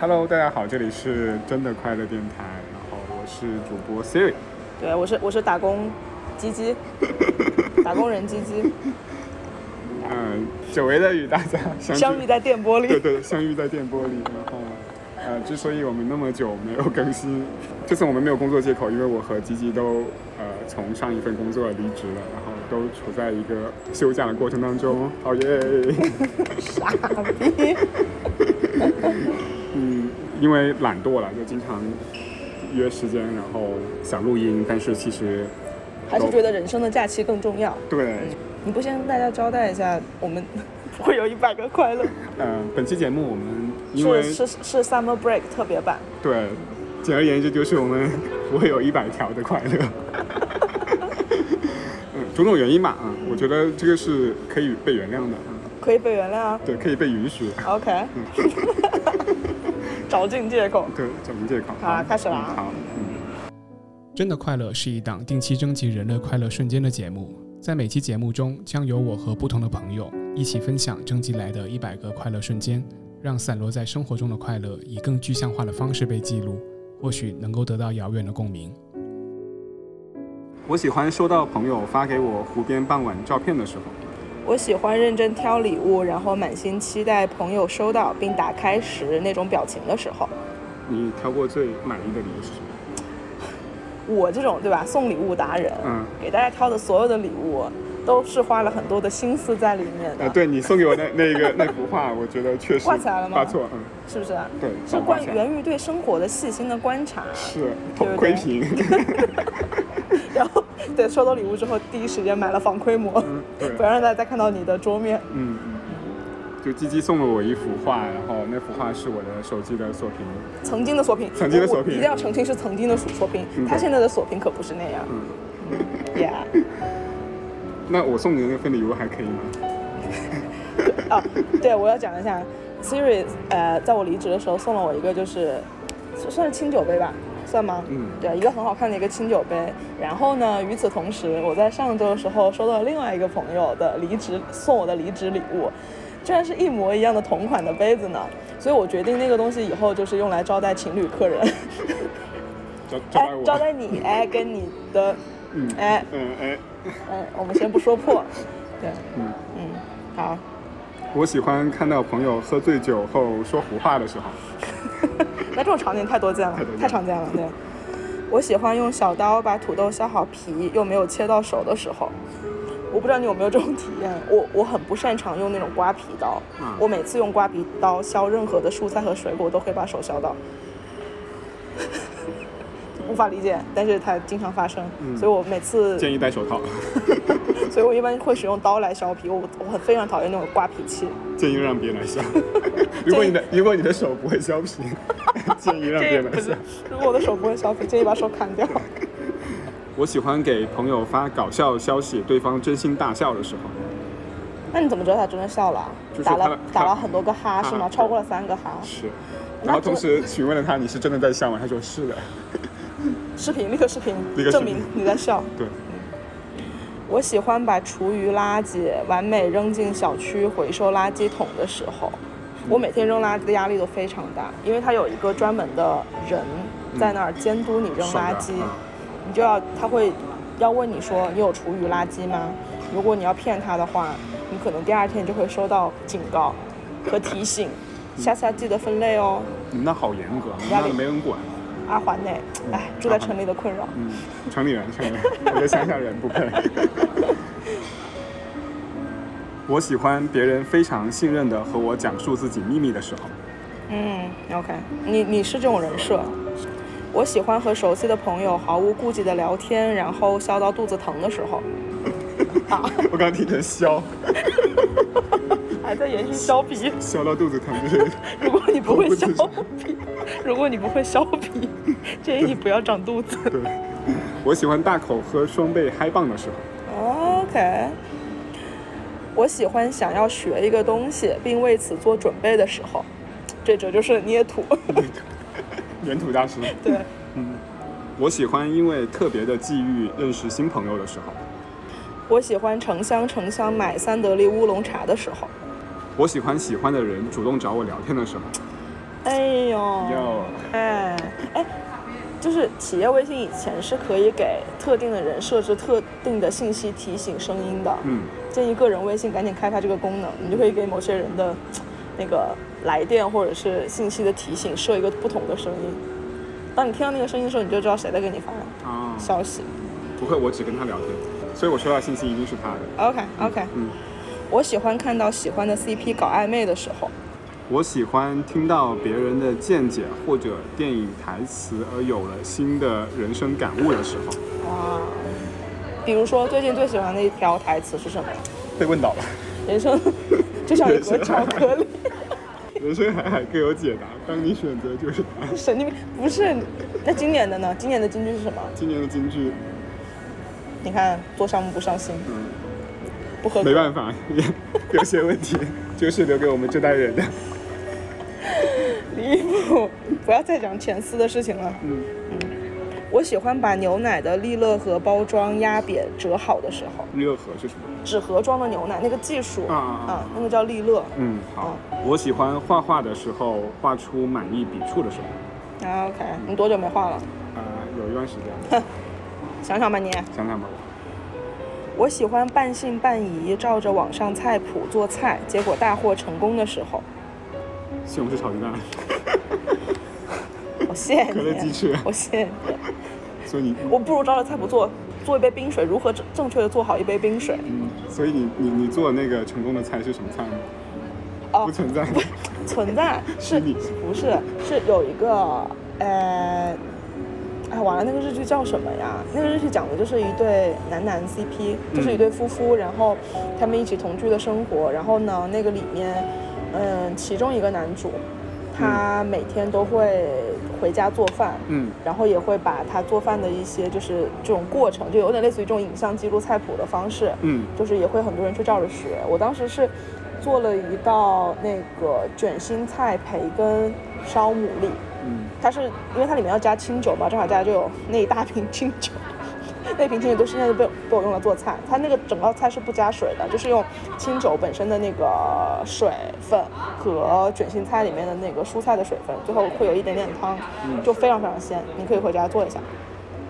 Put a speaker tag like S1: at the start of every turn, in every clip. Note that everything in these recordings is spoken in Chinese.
S1: Hello，大家好，这里是真的快乐电台，然后我是主播 Siri。
S2: 对，啊我是我是打工鸡鸡， 打工人鸡鸡，
S1: 嗯，久违的与大家相
S2: 相遇在电 波
S1: 对
S2: 里。
S1: 对，相遇在电波里。然后，呃，之所以我们那么久没有更新， 这次我们没有工作借口，因为我和吉吉都呃从上一份工作离职了，然后都处在一个休假的过程当中。哦 耶！
S2: 傻逼，
S1: 嗯，因为懒惰了，就经常约时间，然后想录音，但是其实
S2: 还是觉得人生的假期更重要。
S1: 对，
S2: 你不先跟大家交代一下，我们 会有一百个快乐，
S1: 呃，本期节目我们因为
S2: 是是是 summer break 特别版，
S1: 对，简而言之就是我们 不会有一百条的快乐。 嗯，种种原因吧，啊，我觉得这个是可以被原谅的，啊
S2: 可以被原谅啊。
S1: 对，可以被允许，
S2: OK，
S1: 嗯
S2: 找尽借口。
S1: 对，找明借口。
S2: 好啦开始了啊
S1: 嗯好，嗯。
S3: 真的快乐是一档定期征集人类快乐瞬间的节目，在每期节目中，将由我和不同的朋友一起分享征集来的一百个快乐瞬间，让散落在生活中的快乐以更具象化的方式被记录，或许能够得到遥远的共鸣。
S1: 我喜欢收到朋友发给我湖边傍晚照片的时候，
S2: 我喜欢认真挑礼物，然后满心期待朋友收到并打开时那种表情的时候。
S1: 你挑过最满意的礼物是什么？
S2: 我这种对吧，送礼物达人，
S1: 嗯，
S2: 给大家挑的所有的礼物，都是花了很多的心思在里面的，
S1: 呃，对你送给我那那个那幅画，我觉得确实
S2: 挂起来了吗
S1: 发错，嗯，
S2: 是不是啊？
S1: 对，
S2: 是关
S1: 挂
S2: 于
S1: 起来
S2: 源于对生活的细心的观察，
S1: 是头盔屏，
S2: 然后对收到礼物之后，第一时间买了防窥膜，
S1: 嗯对
S2: 不要让大家看到你的桌面。
S1: 嗯，嗯，就鸡鸡送了我一幅画，然后那幅画是我的手机的锁屏。
S2: 曾经的锁屏，
S1: 曾经的锁屏
S2: 我我一定要澄清是曾经的锁锁屏
S1: 嗯，
S2: 他现在的锁屏可不是那样。Yeah，嗯
S1: 那我送你的那份礼物还可以吗？
S2: 啊，对，我要讲一下，Siri，呃，在我离职的时候送了我一个，就是算是清酒杯吧，算吗？
S1: 嗯
S2: 对，一个很好看的一个清酒杯。然后呢，与此同时，我在上周的时候收到另外一个朋友的离职送我的离职礼物，居然是一模一样的同款的杯子呢。所以我决定那个东西以后就是用来招待情侣客人，
S1: 招招
S2: 哎
S1: 待，
S2: 招
S1: 我。
S2: 待你，哎，跟你的，
S1: 嗯
S2: 哎，
S1: 嗯哎
S2: 嗯，我们先不说破，对，
S1: 嗯，
S2: 嗯，好，
S1: 我喜欢看到朋友喝醉酒后说胡话的时候。
S2: 那这种场景太多见了
S1: 太多见，了
S2: 太常见了。对，我喜欢用小刀把土豆削好皮，又没有切到手的时候。我不知道你有没有这种体验，我我很不擅长用那种刮皮刀，
S1: 嗯
S2: 我每次用刮皮刀削任何的蔬菜和水果都会把手削到，无法理解，但是它经常发生，
S1: 嗯
S2: 所以我每次，
S1: 建议戴手套，
S2: 所以我一般会使用刀来削皮，我我很非常讨厌那种刮皮器，
S1: 建议让别人 来削。如果你的如果你的手不会削皮， 建议让别
S2: 这
S1: 人
S2: 不
S1: 来
S2: 是
S1: 削。，
S2: 如果我的手不会削皮，建议把手砍掉。
S1: 我喜欢给朋友发搞笑消息，对方真心大笑的时候。
S2: 那你怎么知道他真的笑了啊？
S1: 就是
S2: 打
S1: 他
S2: 了
S1: 他
S2: 打了很多个
S1: 哈
S2: 哈是吗？
S1: 对
S2: 超过了三个哈。
S1: 是。
S2: 那
S1: 然后
S2: 这
S1: 同时询问了他你是真的在笑吗？他说是的。
S2: 视频立刻视频
S1: 立刻视频
S2: 证明你在笑。
S1: 对，
S2: 我喜欢把厨余垃圾完美扔进小区回收垃圾桶的时候，
S1: 嗯
S2: 我每天扔垃圾的压力都非常大，因为它有一个专门的人在那儿监督你扔
S1: 爽嗯
S2: 垃
S1: 的
S2: 圾，
S1: 嗯
S2: 你就要他会要问你说你有厨余垃圾吗？如果你要骗他的话，你可能第二天就会收到警告和提醒，下次要记得分类哦。
S1: 你们嗯那好严格，你们
S2: 压力
S1: 那没人管。
S2: 二环内，哎，住在城里的困扰。
S1: 嗯，城里人，城里人， 我的乡下人不配。 我喜欢别人非常信任的和我讲述自己秘密的时候。
S2: 嗯，OK，你你是这种人设。我喜欢和熟悉的朋友毫无顾忌的聊天，然后笑到肚子疼的时候。 啊，
S1: 我刚听成削，
S2: 还在延续削皮。
S1: 削到肚子疼， 就是
S2: 如果你不会削
S1: 毫
S2: 皮， 如果你不会削皮， 建议你不要长肚子。
S1: 对。我喜欢大口喝双倍嗨棒的时候。
S2: OK，我喜欢想要学一个东西并为此做准备的时候，这这就是捏土。
S1: 原土大师。
S2: 对。
S1: 我喜欢因为特别的际遇认识新朋友的时候。
S2: 我喜欢成箱成箱买三得利乌龙茶的时候，
S1: 我喜欢喜欢的人主动找我聊天的时候。
S2: 哎呦，
S1: 要
S2: 哎哎，就是企业微信以前是可以给特定的人设置特定的信息提醒声音的，
S1: 嗯
S2: 建议个人微信赶紧开发这个功能，你就可以给某些人的那个来电或者是信息的提醒设一个不同的声音。当你听到那个声音的时候，你就知道谁在给你发
S1: 啊，
S2: 消息。
S1: 不会，我只跟他聊天，所以我收到信息一定是他的。
S2: OK OK，
S1: 嗯，
S2: 我喜欢看到喜欢的 CP 搞暧昧的时候。
S1: 我喜欢听到别人的见解或者电影台词，而有了新的人生感悟的时候，
S2: 哇，比如说最近最喜欢的一条台词是什么？
S1: 被问到了。
S2: 人生 就像一 盒巧克力。
S1: 人生海海各有解答，当你选择就是啊答案。
S2: 神经病，不是？那今年的呢？今年的金句是什么？
S1: 今年的金 句，
S2: 你看，做项目不上心，
S1: 嗯，
S2: 不合格
S1: 没。办法，也有些问题就是留给我们这代人的。
S2: 离谱！不要再讲前司的事情了。
S1: 嗯，
S2: 我喜欢把牛奶的利乐盒包装压扁折好的时候，
S1: 热河是什么？
S2: 纸盒装的牛奶那个技术
S1: 啊啊啊
S2: 啊，那个叫利乐。
S1: 嗯，好。我喜欢画画的时候画出满意笔触的时候，
S2: 啊，OK，你多久没画了？
S1: 啊、有一段时 间，
S2: 想想吧你。
S1: 想想吧，
S2: 我喜欢半信半疑，照着网上菜谱做菜，结果大获成功的时候，
S1: 西红柿炒鸡 蛋，
S2: 我谢
S1: 可乐鸡
S2: 你，
S1: 翅，
S2: 我谢你。
S1: 所以你，
S2: 我不如照着菜谱做，做一杯冰水，如何正正确的做好一杯冰水？
S1: 嗯，所以你你你做的那个成功的菜是什么菜吗？
S2: 哦
S1: 不，存在，
S2: 存在是
S1: 是你
S2: 不是是有一个呃，哎完了那个日剧叫什么呀？那个日剧讲的就是一对男男 CP，就是一对夫妇，然后他们一起同居的生活。然后呢，那个里面，嗯，其中一个男主，他每天都会回家做饭。
S1: 嗯
S2: 然后也会把他做饭的一些就是这种过程，就有点类似于这种影像记录菜谱的方式，
S1: 嗯
S2: 就是也会很多人去照着学。我当时是做了一道那个卷心菜培根烧牡蛎，
S1: 嗯，
S2: 它是因为它里面要加清酒嘛，正好家就有那一大瓶清酒，那瓶清酒都现在都被被我用来做菜。它那个整道菜是不加水的，就是用清酒本身的那个水分和卷心菜里面的那个蔬菜的水分，最后会有一点点汤，就非常非常鲜。你可以回家做一下，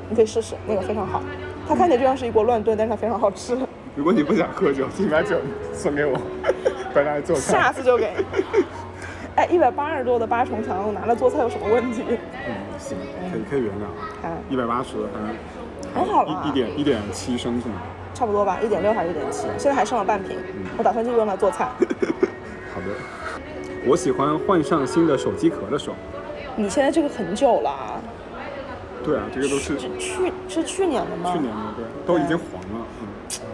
S2: 你可以试试，那个非常好。它看起来就像是一锅乱炖，但是它非常好吃。
S1: 如果你不想喝酒，请把酒 送给我，回来做菜。
S2: 下次就给你。 哎，一百八十多的八重墙，我拿来做菜有什么问题？哎
S1: 嗯，行，可以可以原谅，
S2: 看，
S1: 一百八十还
S2: 很好了、
S1: 一一点一点七升是吗？
S2: 差不多吧，一点六还是一点七，现在还剩了半瓶，我打算继续用来做菜。
S1: 好的。我喜欢换上新的手机壳的时候。
S2: 你现在这个很久了啊，
S1: 对啊，这个都是去
S2: 去去是去年的吗？
S1: 年的，对，都已经黄了。嗯。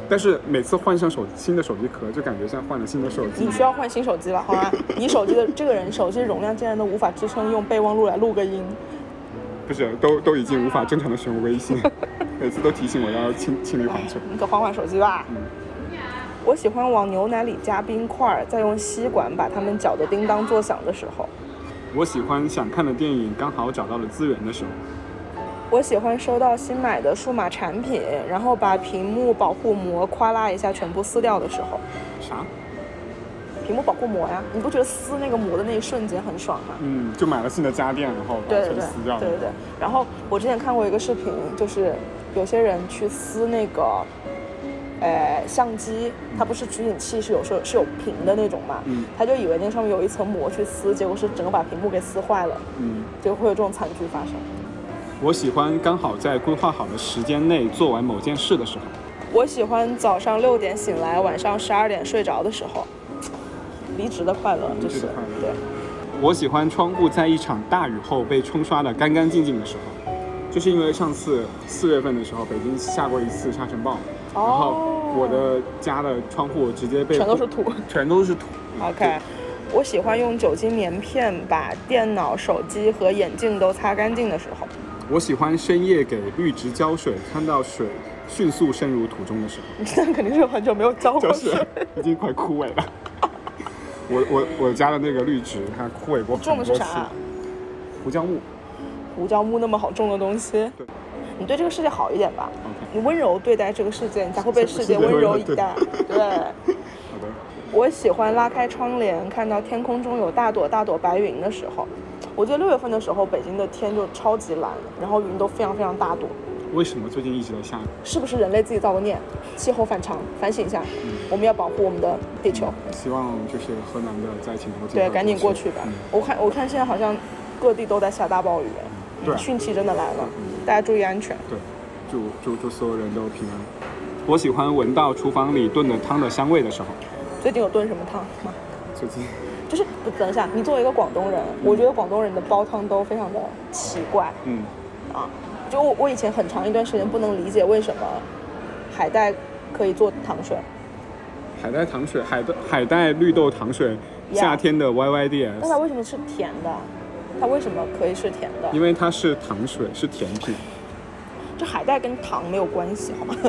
S1: 但是每次换上手新的手机壳，就感觉像换了新的手机
S2: 你。需要换新手机了，好吧？你手机的这个人手机容量竟然都无法支撑用备忘录来录个音，
S1: 不是，都都已经无法正常的使用微 信，每次都提醒我要清清理缓存。
S2: 你可换换手机吧。
S1: 嗯
S2: 我喜欢往牛奶里加冰块，再用吸管把它们搅得叮当作响的时候。
S1: 我喜欢想看的电影刚好找到了资源的时候。
S2: 我喜欢收到新买的数码产品，然后把屏幕保护膜夸啦一下全部撕掉的时候。
S1: 啥？
S2: 屏幕保护膜呀，你不觉得撕那个膜的那一瞬间很爽吗？
S1: 嗯，就买了新的家电，然后把
S2: 对
S1: 它
S2: 对
S1: 全
S2: 对
S1: 撕掉。
S2: 对对对。然后我之前看过一个视频，就是有些人去撕那个，呃，相机，它不是取景器是有时候是有屏的那种嘛，
S1: 嗯
S2: 他就以为那上面有一层膜去撕，结果是整个把屏幕给撕坏了，
S1: 嗯，
S2: 就会有这种惨剧发生。
S1: 我喜欢刚好在规划好的时间内做完某件事的时候。
S2: 我喜欢早上六点醒来，晚上十二点睡着的时候，离职的快乐，
S1: 离
S2: 就
S1: 职
S2: 是
S1: 的快乐
S2: 对。
S1: 我喜欢窗户在一场大雨后被冲刷的干干净净的时候，就是因为上次四月份的时候，北京下过一次沙尘暴，然后我的家的窗户直接被
S2: 哦全都 是土，
S1: 全都是土。嗯
S2: OK，我喜欢用酒精棉片把电脑、手机和眼镜都擦干净的时候。
S1: 对我喜欢深夜给绿植浇水，看到水迅速渗入土中的时候，
S2: 你现在肯定是很久没有浇
S1: 就
S2: 过
S1: 是
S2: 水，
S1: 已经快枯萎 了。我我我家的那个绿植，它枯萎过很
S2: 种的
S1: 多次。
S2: 是啥啊？
S1: 胡椒木。
S2: 胡椒木那么好种的东西
S1: 对，
S2: 你对这个世界好一点吧，
S1: OK，
S2: 你温柔对待这个世界，你才会被世界
S1: 世界
S2: 温
S1: 温
S2: 柔
S1: 柔
S2: 以
S1: 对
S2: 待。对，
S1: 好的。
S2: 我喜欢拉开窗帘，看到天空中有大朵大朵白云的时候。我记得六月份的时候，北京的天就超级蓝，然后云都非常非常大朵，
S1: 为什么最近一直在下雨？
S2: 是不是人类自己造的孽？气候反常，反省一下，
S1: 嗯
S2: 我们要保护我们的地球。
S1: 希望就是河南的灾情能够尽
S2: 对，
S1: 快
S2: 赶紧过去吧。
S1: 嗯
S2: 我看我看现在好像各地都在下大暴雨，
S1: 对啊
S2: 汛期真的来了，
S1: 嗯
S2: 大家注意安全。
S1: 对，祝祝祝所有人都平安。我喜欢闻到厨房里炖的汤的香味的时候。
S2: 最近有炖什么汤吗？
S1: 最近
S2: 就是不等一下，你作为一个广东人，我觉得广东人的煲汤都非常的奇怪
S1: 嗯，
S2: 啊。就我我以前很长一段时间不能理解为什么海带可以做糖水，
S1: 海带糖水，海带海带绿豆糖水
S2: Yeah
S1: 夏天的
S2: 但它
S1: YYDS，
S2: 为什么是甜的？它为什么可以是甜的？
S1: 因为它是糖水，是甜品。
S2: 这海带跟糖没有关系，好吗？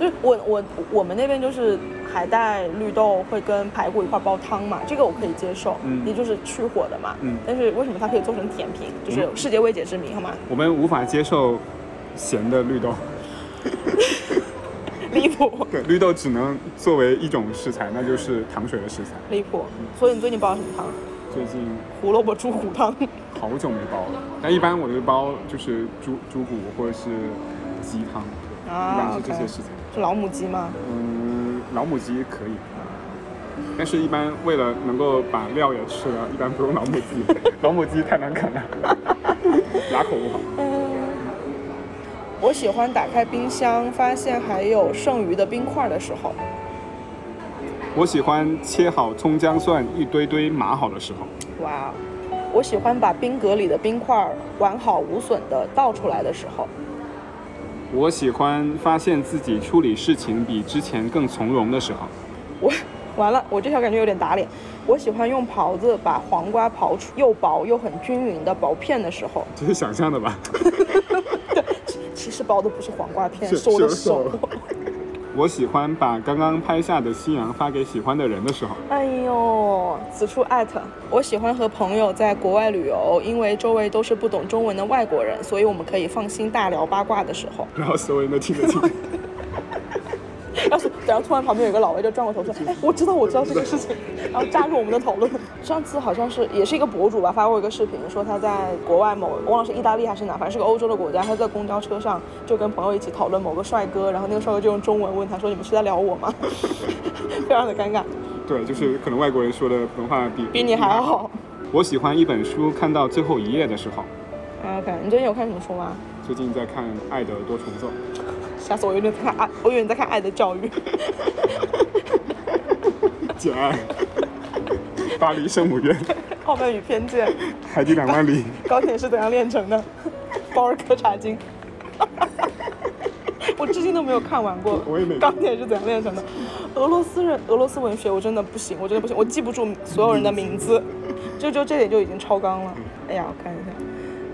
S2: 就是我我我们那边就是海带、绿豆会跟排骨一块煲汤嘛，这个我可以接受，
S1: 嗯
S2: 也就是去火的嘛。
S1: 嗯
S2: 但是为什么它可以做成甜品？就是
S1: 嗯
S2: 世界未解之谜，好吗？
S1: 我们无法接受咸的绿豆，
S2: 离谱，
S1: 对，绿豆只能作为一种食材，那就是糖水的食材。
S2: 离谱。所以你最近煲了什么汤？
S1: 最近
S2: 胡萝卜猪骨汤。
S1: 好久没煲了，但一般我就煲就是猪猪骨或者是鸡汤，一般
S2: 啊
S1: 是这
S2: OK
S1: 些食材。
S2: 是老母鸡吗？
S1: 嗯，老母鸡可以，但是一般为了能够把料也吃了，一般不用老母鸡， 老母鸡太难啃了， 牙口不好。
S2: 嗯我喜欢打开冰箱，发现还有剩余的冰块的时候。
S1: 我喜欢切好葱姜蒜一堆堆码好的时候，
S2: 哇，哦我喜欢把冰格里的冰块儿完好无损的倒出来的时候。
S1: 我喜欢发现自己处理事情比之前更从容的时候，
S2: 我完了，我这条感觉有点打脸。我喜欢用刨子把黄瓜刨出又薄又很均匀的薄片的时候，
S1: 这是想象的吧？
S2: 其实剥的不是黄瓜片，
S1: 是
S2: 是我的
S1: 是
S2: 手。
S1: 我喜欢把刚刚拍下的夕阳发给喜欢的人的时候，
S2: 哎呦，此处艾特。我喜欢和朋友在国外旅游，因为周围都是不懂中文的外国人，所以我们可以放心大聊八卦的时候。
S1: 然后所有人都听得 清。
S2: 要是然后突然旁边有个老外就转过 头说：“哎，我知道，我知道这个事情。”然后加入我们的讨论。上次好像是也是一个博主吧，发过一个视频，说他在国外某我忘了是意大利还是哪，反正是个欧洲的国家，他在公交车上就跟朋友一起讨论某个帅哥，然后那个帅哥就用中文问他说：“你们是在聊我吗？” 非常的尴尬，
S1: 对，就是可能外国人说的普通话比
S2: 比你还。好。
S1: 我喜欢一本书看到最后一页的时候，
S2: 啊 OK，你最近有看什么书吗？
S1: 最近在看《爱的多重奏》，
S2: 吓死我！我有点在看爱，我以为你在看《爱的教育》。
S1: 简爱，巴黎圣母 院，
S2: 傲慢与偏见，
S1: 海底两万里，
S2: 高铁是怎样炼成的？ 包尔柯察金。 我至今都没有看完过。
S1: 我也没
S2: 高铁是怎样炼成的？俄罗斯人，俄罗斯文学我真的不行，我真的不行，我记不住所有人的名字，就就这点就已经超纲了。哎呀，我看一下。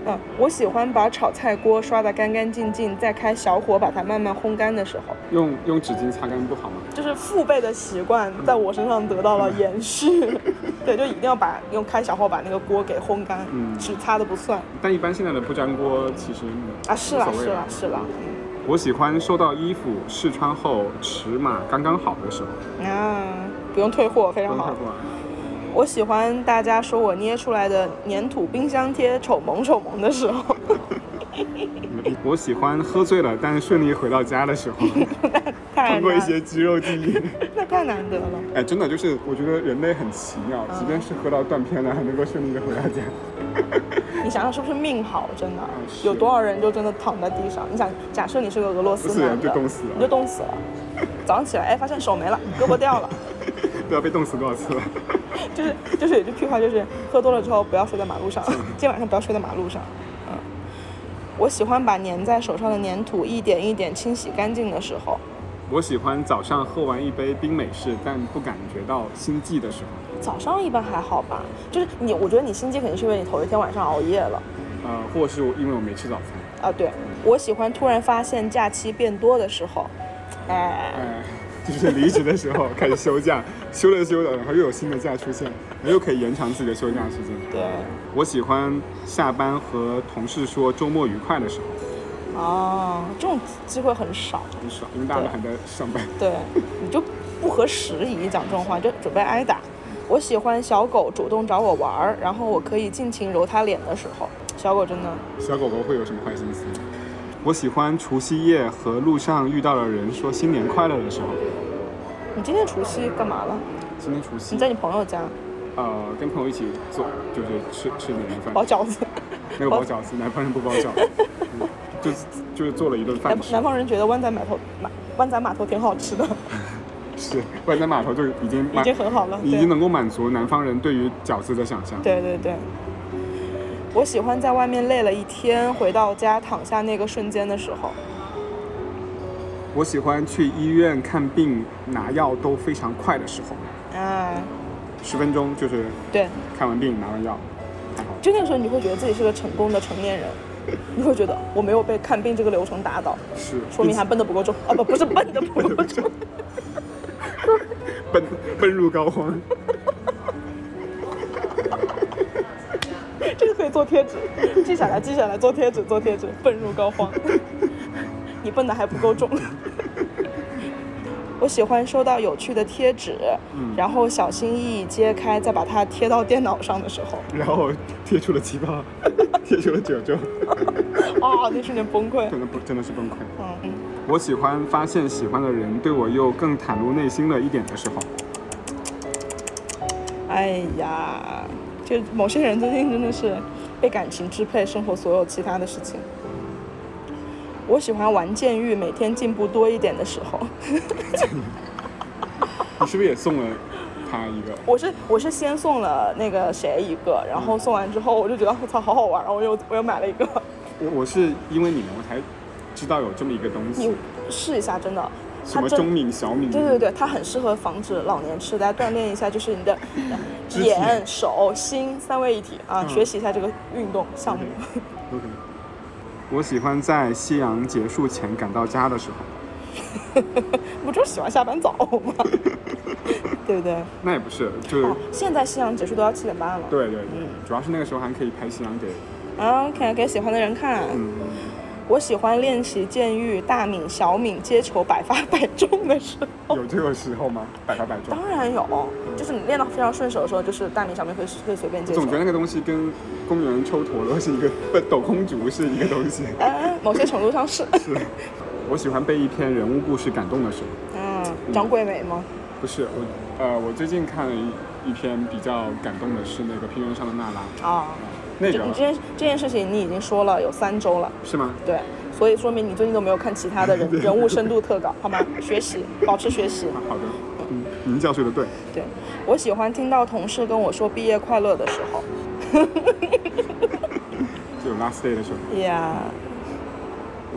S2: 嗯，我喜欢把炒菜锅刷得干干净净，再开小火把它慢慢烘干的时候，
S1: 用用纸巾擦干不好吗？
S2: 就是父辈的习惯在我身上得到了延 续。对，就一定要把用开小火把那个锅给烘干，
S1: 嗯
S2: 只擦的不算
S1: 但一般现在的不粘锅其实嗯
S2: 啊。是
S1: 无
S2: 啦，
S1: 所谓
S2: 是啦，是啦。嗯
S1: 我喜欢收到衣服试穿后尺码刚刚好的时候，
S2: 啊，不用退货，非
S1: 不
S2: 常
S1: 用太
S2: 好。
S1: 过啊。
S2: 我喜欢大家说我捏出来的粘土冰箱贴丑萌丑萌的 时候，
S1: 我喜欢喝醉了但顺利回到家的时候，
S2: 太
S1: 通过一
S2: 难，
S1: 些肌肉记忆。
S2: 那太难得了。
S1: 哎，真的就是，我觉得人类很奇妙，即
S2: 嗯
S1: 便是喝到断片了，还能够顺利的回到家。
S2: 你想想是不是命好？真的，
S1: 啊是
S2: 有多少人就真的躺在地上？你想，假设你是个俄罗斯
S1: 不是人
S2: 男的，
S1: 就冻死了
S2: 你就冻死了。早上起来，哎，发现手没了，胳膊掉了，
S1: 都要被冻死多少次了？
S2: 就是就是有句屁话，就是喝多了之后不要睡在马路上，今天晚上不要睡在马路上。嗯，我喜欢把粘在手上的粘土一点一点清洗干净的时候，
S1: 我喜欢早上喝完一杯冰美式，但不感觉到心悸的时候，
S2: 早上一般还好吧，就是你，我觉得你心悸肯定是因为你头一天晚上熬夜了
S1: 呃，或者是我因为我没吃早餐。
S2: 啊。对，我喜欢突然发现假期变多的时候，哎，
S1: 哎，就是离职的时候开始休假，休了休了，然后又有新的假出现，又可以延长自己的休假时间。
S2: 对，
S1: 我喜欢下班和同事说周末愉快的时候，
S2: 哦，这种机会很少，
S1: 很爽，因为大家都还在上班。
S2: 对，你就不合时宜讲这种话，就准备挨打。我喜欢小狗主动找我玩儿，然后我可以尽情揉它脸的时候，小狗真的
S1: 小狗狗会有什么坏心思？我喜欢除夕夜和路上遇到的人说新年快乐的时候。
S2: 你今天除夕干嘛了？
S1: 今天除夕，
S2: 你在你朋友家
S1: 呃跟朋友一起做，就是吃吃年夜饭，
S2: 包饺 子，
S1: 没有包饺子，南方人不包饺子， 嗯就是就是做了一顿
S2: 南
S1: 饭吃。
S2: 南方人觉得湾仔码头码湾仔码头挺好 吃的，
S1: 是万丹码头就已经
S2: 已
S1: 满
S2: 经很好了。
S1: 已
S2: 对
S1: 经能够满足南方人对于饺子的想象。
S2: 对对对，我喜欢在外面累了一天，回到家躺下那个瞬间的时候，
S1: 我喜欢去医院看病拿药都非常快的时候，
S2: 啊，
S1: 十分钟就是
S2: 对，
S1: 看完病拿完药，太好了。
S2: 就那个时候你会觉得自己是个成功的成年人，你会觉得我没有被看病这个流程打倒，
S1: 是，
S2: 说明还笨得不够重啊，不不是笨得不够重，
S1: 奔奔入膏肓。
S2: 这个可以做贴纸，记下来记下来做贴纸做贴纸，笨入膏 肓，你笨的还不够重。我喜欢收到有趣的贴纸，
S1: 嗯
S2: 然后小心翼翼揭开，再把它贴到电脑上的时候，
S1: 然后贴出了七八， 贴出了九九，
S2: 啊，那瞬间崩溃。
S1: 真的不真的是崩溃。
S2: 嗯嗯，
S1: 我喜欢发现喜欢的人对我又更袒露内心了一点的时候，
S2: 哎呀，就某些人最近真的是被感情支配生活所有其他的事情。我喜欢玩剑狱，每天进步多一点的时候。
S1: 你是不是也送了他一个？
S2: 我是我是先送了那个谁一个，然后送完之后我就觉得我操好好玩，啊然后我又我又买了一个。
S1: 我我是因为你们我才知道有这么一个东
S2: 你
S1: 西，
S2: 试一下，真的，
S1: 什
S2: 它
S1: 么
S2: 真
S1: 中敏、小敏，
S2: 对对对，它很适合防止老年痴呆，锻炼一下就是你的
S1: 肢体
S2: 眼、手、心三位一体啊，
S1: 嗯
S2: 学习一下这个运动项目。
S1: OK，我喜欢在夕阳结束前赶到家的时候，
S2: 不就是喜欢下班早吗？ 对不对？
S1: 那也不是，就是、
S2: 哦，现在夕阳结束都要七点半了。
S1: 对对对，主要是那个时候还可以拍夕阳给，
S2: 啊，OK，给喜欢的人看。
S1: 嗯，
S2: 我喜欢练习剑玉、大敏、小敏接球百发百中的时候。
S1: 有这个时候吗？百发百中。
S2: 当然有，就是你练得非常顺手的时候，就是大敏、小敏会会随便接球
S1: 总觉。得那个东西跟公园抽陀螺是一个，不抖空竹是一个东西。
S2: 呃，某些程度 上是。
S1: 我喜欢被一篇人物故事感动的时候。
S2: 嗯，张桂梅吗？
S1: 不是我，呃，我最近看了一一篇比较感动的是那个《平原上的娜拉》，
S2: 啊，
S1: 那
S2: 这你
S1: 个
S2: 这件这件事情你已经说了有三周了，
S1: 是吗？
S2: 对，所以说明你最近都没有看其他 的人人物深度特稿，好吗？学习，保持学习。
S1: 啊，好的，嗯，您教学的对，
S2: 对，我喜欢听到同事跟我说毕业快乐的时候。
S1: 就有 last day 的时候。
S2: 呀、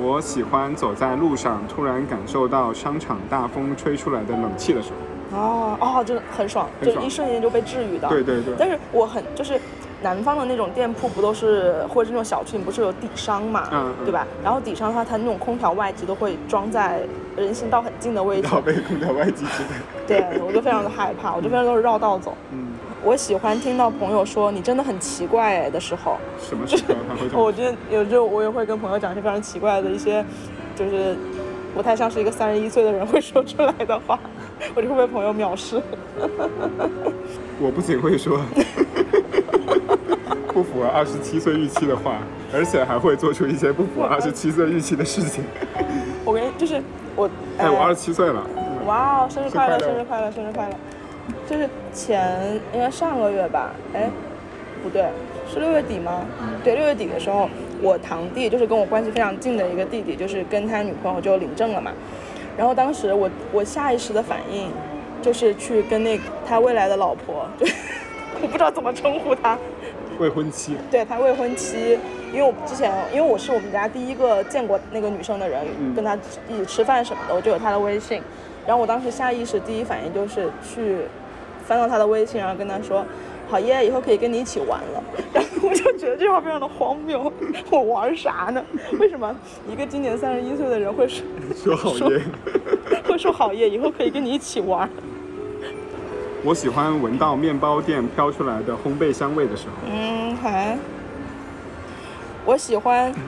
S1: 我喜欢走在路上，突然感受到商场大风吹出来的冷气的时候。
S2: 哦哦，真的很爽，
S1: 很
S2: 就
S1: 爽
S2: 一瞬间就被治愈到。
S1: 对对对，
S2: 但是我很就是南方的那种店铺不都是或者是那种小区，你不是有底商嘛，
S1: 嗯嗯
S2: 对吧？然后底商的话，它那种空调外机都会装在人行道很近的位置
S1: 然，后被空调外机之类。
S2: 对我就非常的害怕，我就非常都是绕道走。
S1: 嗯，
S2: 我喜欢听到朋友说你真的很奇怪哎的时候，
S1: 什么时候他会这
S2: 我
S1: 样？
S2: 觉得有时候我也会跟朋友讲一些非常奇怪的一些，就是不太像是一个三十一岁的人会说出来的话，我就会被朋友藐视。
S1: 我不仅会说 不符合二十七岁预期的话，而且还会做出一些不 符合二十七岁预期的事 情。
S2: 我跟就是我，
S1: 哎，我
S2: 呃
S1: 二十七岁了。
S2: 哇哦，生日快乐，
S1: 生
S2: 生
S1: 日
S2: 日快乐，生日快乐！就是前应该上个月吧，哎，不对，是六月底吗？对，六月底的时候，我堂弟就是跟我关系非常近的一个弟弟，就是跟他女朋友就领证了嘛。然后当时我我下意识的反应就是去跟那个他未来的老婆，就 我不知道怎么称呼他，
S1: 未婚妻，
S2: 对他未婚妻，因为我之前因为我是我们家第一个见过那个女生的人，
S1: 嗯
S2: 跟她一起吃饭什么的，我就有她的微信。然后我当时下意识第一反应就是去翻到她的微信，然后跟她说：“好耶，以后可以跟你一起玩了。” 然后我就觉得这句话非常的荒谬，我玩啥呢？为什么一个今年三十一岁的人会说
S1: 说好
S2: 说
S1: 耶。
S2: 会说好耶，以后可以跟你一起玩？
S1: 我喜欢闻到面包店飘出来的烘焙香味的时候。
S2: 嗯，还，我喜欢
S1: 嗯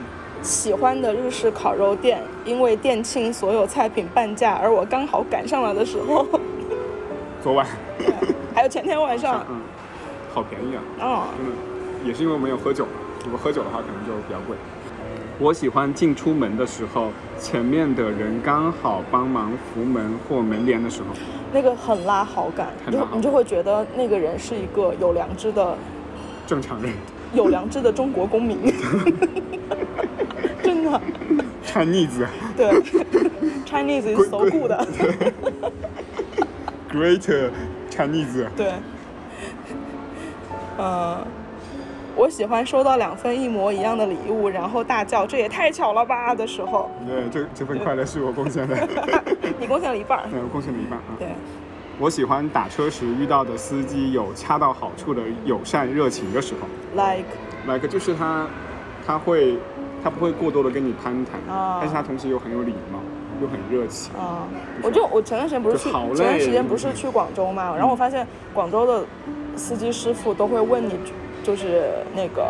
S2: 喜欢的日式烤肉店，因为店庆所有菜品半价，而我刚好赶上了的时候，
S1: 昨晚，
S2: 还有前天 晚上，
S1: 嗯，好便宜啊，
S2: 嗯，
S1: 真的，也是因为我没有喝酒嘛，如果喝酒的话可能就比较贵。我喜欢进出门的时候，前面的人刚好帮忙扶门或门帘的时候，
S2: 那个很拉好感，
S1: 很
S2: 你
S1: 拉
S2: 就
S1: 好感
S2: 你就会觉得那个人是一个有良知的、
S1: 正常人
S2: 有良知的中国公民， 真的，
S1: 穿腻子啊
S2: 对，Chinese
S1: 滚
S2: is so
S1: 滚
S2: good 的，
S1: ，great 穿腻子，
S2: 对，呃，我喜欢收到两份一模一样的礼物，然后大叫“这也太巧了吧”的时候，
S1: 对，这这份快乐是我贡献的，
S2: 你贡献了一半儿，
S1: 嗯，贡献了一半啊。
S2: 对，
S1: 我喜欢打车时遇到的司机有恰到好处的友善热情的时候。
S2: like
S1: 哪个就是他，他会，他不会过多的跟你攀谈，
S2: 啊
S1: 但是他同时又很有礼貌，又很热情。
S2: 啊、我就我前段时间不是去
S1: 就好累嗯
S2: 前段时间不是去广州嘛，然后我发现广州的司机师傅都会问你，就是那个。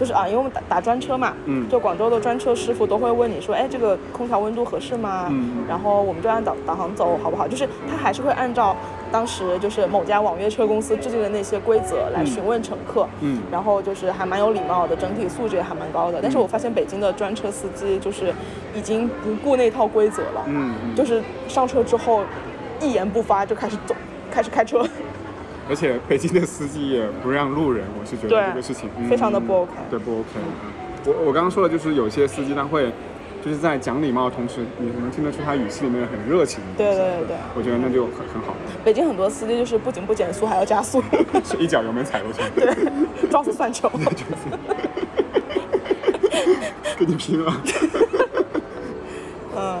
S2: 就是啊，因为我们打打专车嘛，
S1: 嗯
S2: 就广州的专车师傅都会问你说，哎，这个空调温度合适吗？
S1: 嗯
S2: 然后我们就按导导航走好不好？就是他还是会按照当时就是某家网约车公司制定的那些规则来
S1: 嗯
S2: 询问乘客，
S1: 嗯，
S2: 然后就是还蛮有礼貌的，整体素质也还蛮高的。但是我发现北京的专车司机就是已经不顾那套规则了，
S1: 嗯，嗯
S2: 就是上车之后一言不发就开始走， 开始开车，
S1: 而且北京的司机也不让路人，我是觉
S2: 对
S1: 得这个事情、嗯
S2: 非常地不 OK
S1: 对，不 OK 嗯。我我刚刚说的就是有些司机他会，就是在讲礼貌的同时，你能听得出他语气里面很热情的东
S2: 对
S1: 西。
S2: 对对对
S1: 我觉得那就很很 好，
S2: 北京很多司机就是不仅不减速，还要加速，
S1: 是一脚油门踩过去，
S2: 对，撞死算球。
S1: 跟你拼了。
S2: 嗯，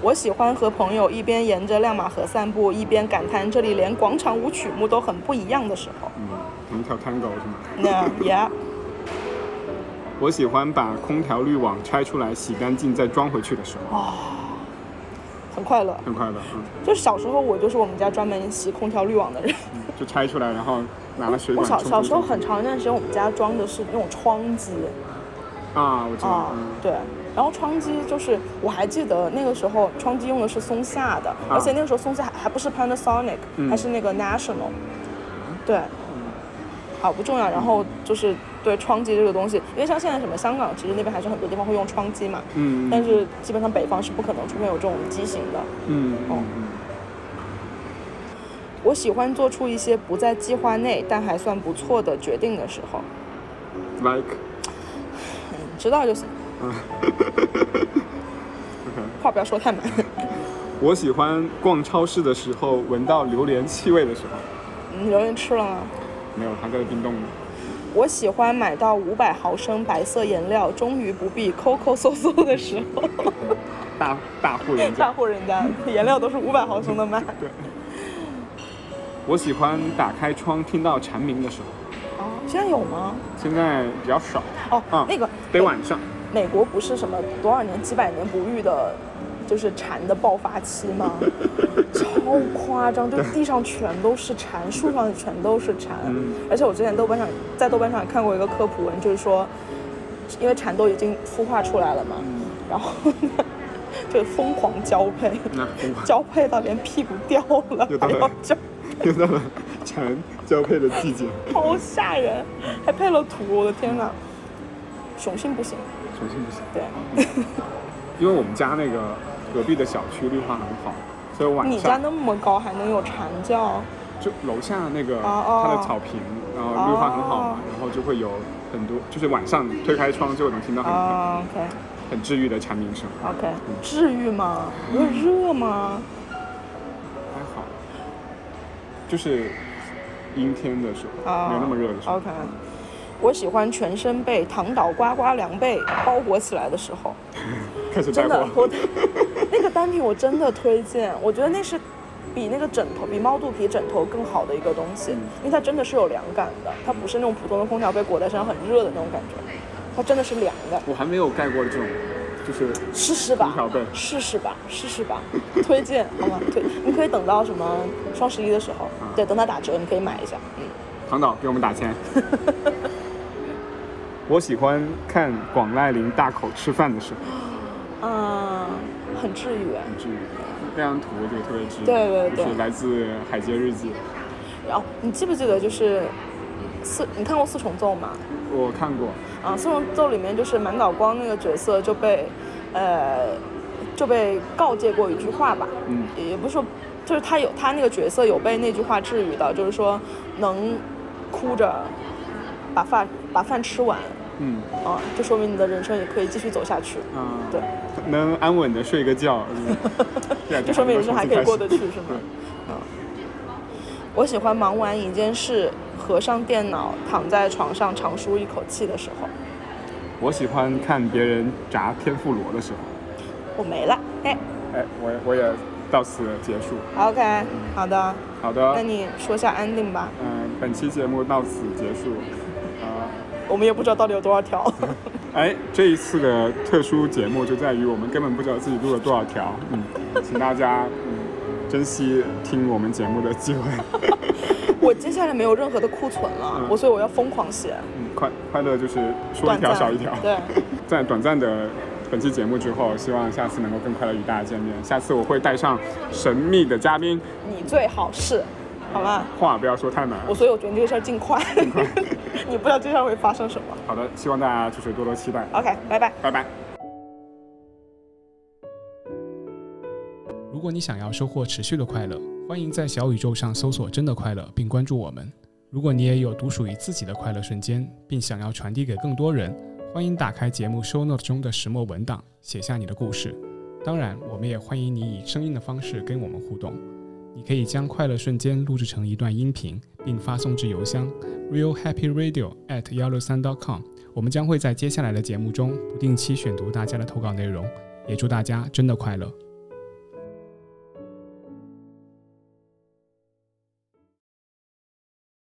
S2: 我喜欢和朋友一边沿着亮马河散步，一边感叹这里连广场舞曲目都很不一样的时候。
S1: 嗯，我们跳 tango 是吗？
S2: 那 yeah，
S1: 我喜欢把空调滤网拆出来洗干净再装回去的时候，
S2: 哦很快乐。
S1: 很快乐。嗯。
S2: 就是小时候我就是我们家专门洗空调滤网的人。
S1: 就拆出来，然后拿了水
S2: 我
S1: 管
S2: 小
S1: 冲
S2: 小
S1: 出
S2: 时候
S1: 去
S2: 很长一段时间，我们家装的是那种窗机
S1: 啊，我知道，
S2: 啊
S1: 嗯，
S2: 对。然后窗机就是，我还记得那个时候窗机用的是松下的，而且那个时候松下还还不是 Panasonic，、
S1: 啊嗯
S2: 还是那个 National，对，好不重要。然后就是对窗机这个东西，因为像现在什么香港，其实那边还是很多地方会用窗机嘛，
S1: 嗯，
S2: 但是基本上北方是不可能出现有这种机型的。
S1: 嗯嗯
S2: 哦
S1: 嗯，
S2: 我喜欢做出一些不在计划内但还算不错的决定的时候，
S1: 嗯，like，
S2: 知道就行。话不要说太满。
S1: 我喜欢逛超市的时候闻到榴莲气味的时候，
S2: 你榴莲嗯吃了吗？
S1: 没有，它在冰冻里。
S2: 我喜欢买到五百毫升白色颜料，终于不必抠抠搜搜的时候。
S1: 大大户 人
S2: 大
S1: 家。
S2: 户人家颜料都是五百毫升的买。
S1: 我喜欢打开窗听到蝉鸣的时候，
S2: 哦，现在有吗？
S1: 现在比较少，
S2: 哦，
S1: 嗯
S2: 那个
S1: 得晚上。
S2: 美国不是什么多少年几百年不遇的，就是蝉的爆发期吗？超夸张，就地上全都是蝉，树上全都是蝉。
S1: 嗯
S2: 而且我之前豆瓣上在豆瓣上看过一个科普文，就是说，因为蝉都已经孵化出来了嘛，然后呢，就疯狂交配，
S1: 那疯狂
S2: 交配到连屁股掉了
S1: 有，道
S2: 还
S1: 理
S2: 要交，
S1: 又到了蝉交配的季节，
S2: 好吓人，还配了土，我的天呐，雄性不行，
S1: 首先不行，
S2: 对。
S1: 因为我们家那个隔壁的小区绿化很好，所以晚
S2: 你家
S1: 上
S2: 那么高还能有蝉叫？
S1: 就楼下那个
S2: 哦哦
S1: 它的草坪，然后绿化很好嘛，然后就会有很多，就是晚上推开窗就能听到很、
S2: 啊，OK、
S1: 很治愈的蝉鸣声，
S2: o k 治愈吗？不会热吗？
S1: 还好，就是阴天的时候，
S2: 啊、
S1: 没有那么热的时候。
S2: OK，我喜欢全身被躺倒呱呱凉被包裹起来的时候，
S1: 开始带
S2: 真的，
S1: 货，
S2: 我 那个单品我真的推荐，我觉得那是比那个枕头，比猫肚皮枕头更好的一个东西，
S1: 嗯
S2: 因为它真的是有凉感的，它不是那种普通的空调被裹在身上很热的那种感觉，它真的是凉的。
S1: 我还没有盖过这种，就是
S2: 试试
S1: 空
S2: 吧
S1: 调被，
S2: 试试吧，试试吧，推荐好吗？推，你可以等到什么双十一的时候，
S1: 啊
S2: 对，等它打折，你可以买一下。嗯，
S1: 唐导给我们打 钱。我喜欢看广濑铃大口吃饭的时候，
S2: 嗯啊、很治愈。
S1: 很治愈。那张图就特别值，
S2: 对对对
S1: 就是来自《海街日记》，
S2: 然后你记不记得就是四，你看过《四重奏》吗？
S1: 我看过，
S2: 啊，《四重奏》里面就是满岛光那个角色就被，呃，就被告诫过一句话吧，
S1: 嗯
S2: 也也不是说，就是他有他那个角色有被那句话治愈到，就是说能哭着把饭把饭吃完
S1: 嗯
S2: 啊，就说明你的人生也可以继续走下去，
S1: 啊，
S2: 嗯对，
S1: 能安稳的睡个觉， 嗯这样
S2: 就说明人生还可以过得去，
S1: 从此
S2: 是吗？ 嗯。我喜欢忙完一件事，合上电脑，躺在床上长舒一口气的时候。
S1: 开始我喜欢看别人炸天妇罗的时候。
S2: 我没了，哎
S1: 哎，我也我也到此结束。
S2: ，OK，好的，
S1: 好
S2: 那
S1: 的，嗯、
S2: 你说下 ending 吧，
S1: 本期节目到此结束。啊、
S2: 我们也不知道到底有多 少条。
S1: 哎，这一次的特殊节目就在于我们根本不知道自己录了多少条。 嗯，请大家嗯珍惜听我们节目的机 会。
S2: 我接下来没有任何的库存了，
S1: 嗯
S2: 我所以我要疯狂写，
S1: 嗯，快快乐就是说一
S2: 短
S1: 条
S2: 暂
S1: 少一条。
S2: 对，
S1: 在短暂的本期节目之后，希望下次能够更快乐与大家见面。下次我会带上神秘的嘉宾，
S2: 你最好是，好吗？
S1: 话不要说太满。
S2: 我所以我决定这个事儿尽快， 你不知道接下来会发生什么。
S1: 好的，希望大家就是多多期待。
S2: OK，拜拜。
S1: 拜拜。
S3: 如果你想要收获持续的快乐，欢迎在小宇宙上搜索“真的快乐”并关注我们。如果你也有独属于自己的快乐瞬间，并想要传递给更多人，欢迎打开节目 show note 中的石墨文档，写下你的故事。当然，我们也欢迎你以声音的方式跟我们互动。你可以将快乐瞬间录制成一段音频，并发送至邮箱 realhappyradio at 幺六三 .com。我们将会在接下来的节目中不定期选读大家的投稿内容，也祝大家真的快乐。